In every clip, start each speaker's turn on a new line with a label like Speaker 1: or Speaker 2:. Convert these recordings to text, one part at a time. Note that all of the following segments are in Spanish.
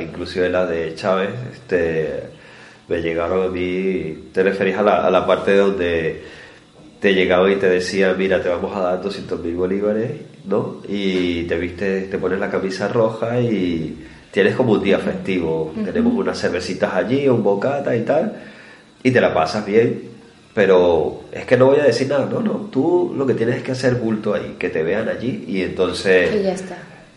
Speaker 1: inclusive la de Chávez, este, me llegaron y te referís a la, a la parte donde te llegaba y te decía, mira, te vamos a dar 200 mil bolívares, ¿no? Y te viste, te pones la camisa roja y tienes como un día festivo, tenemos unas cervecitas allí, un bocata y tal, y te la pasas bien, pero es que no voy a decir nada, no, no, tú lo que tienes es que hacer bulto ahí, que te vean allí y entonces...
Speaker 2: Y ya está.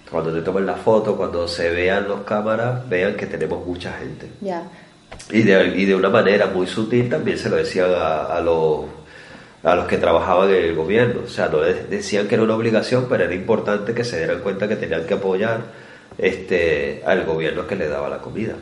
Speaker 1: Cuando te tomen la foto, cuando se vean los cámaras, vean que tenemos mucha gente.
Speaker 2: Ya.
Speaker 1: Y de, y de una manera muy sutil también se lo decían a, a los, a los que trabajaban en el gobierno. O sea, no les decían que era una obligación, pero era importante que se dieran cuenta que tenían que apoyar este, al gobierno que le daba la comida.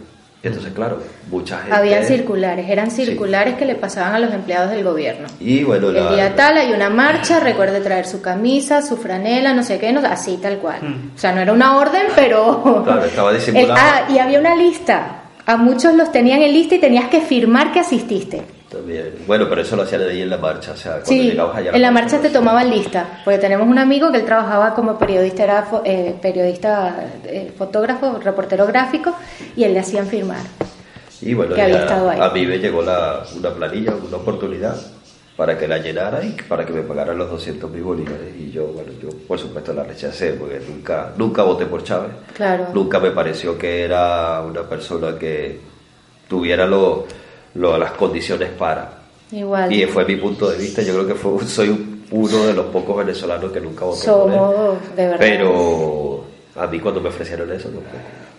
Speaker 1: Y entonces, claro, mucha gente...
Speaker 2: Habían circulares, eran circulares que le pasaban a los empleados del gobierno.
Speaker 1: Y bueno,
Speaker 2: El día tal hay una marcha, recuerde traer su camisa, su franela, no sé qué, no, así tal cual. O sea, no era una orden, pero...
Speaker 1: Claro, estaba disimulado.
Speaker 2: El- ah, y había una lista. A muchos los tenían en lista y tenías que firmar que asististe.
Speaker 1: también. Bueno, pero eso lo hacían ahí en la marcha. O sea, cuando
Speaker 2: Sí,
Speaker 1: llegabas allá...
Speaker 2: en la marcha te tomaban lista, porque tenemos un amigo que él trabajaba como periodista, era fo- eh, periodista, eh, fotógrafo, reportero gráfico, y él le hacían firmar.
Speaker 1: Y bueno,
Speaker 2: que había
Speaker 1: ya
Speaker 2: estado ahí.
Speaker 1: a mí me llegó la, una planilla, una oportunidad para que la llenara y para que me pagaran los 200 mil bolívares. Y yo, bueno, yo por supuesto la rechacé porque nunca, nunca voté por Chávez.
Speaker 2: Claro.
Speaker 1: Nunca me pareció que era una persona que tuviera lo, lo- las condiciones para.
Speaker 2: Igual.
Speaker 1: Y fue mi punto de vista, yo creo que fue, soy un- uno de los pocos venezolanos que nunca voté por él.
Speaker 2: Somos, de verdad.
Speaker 1: Pero a mí cuando me ofrecieron eso, no fue.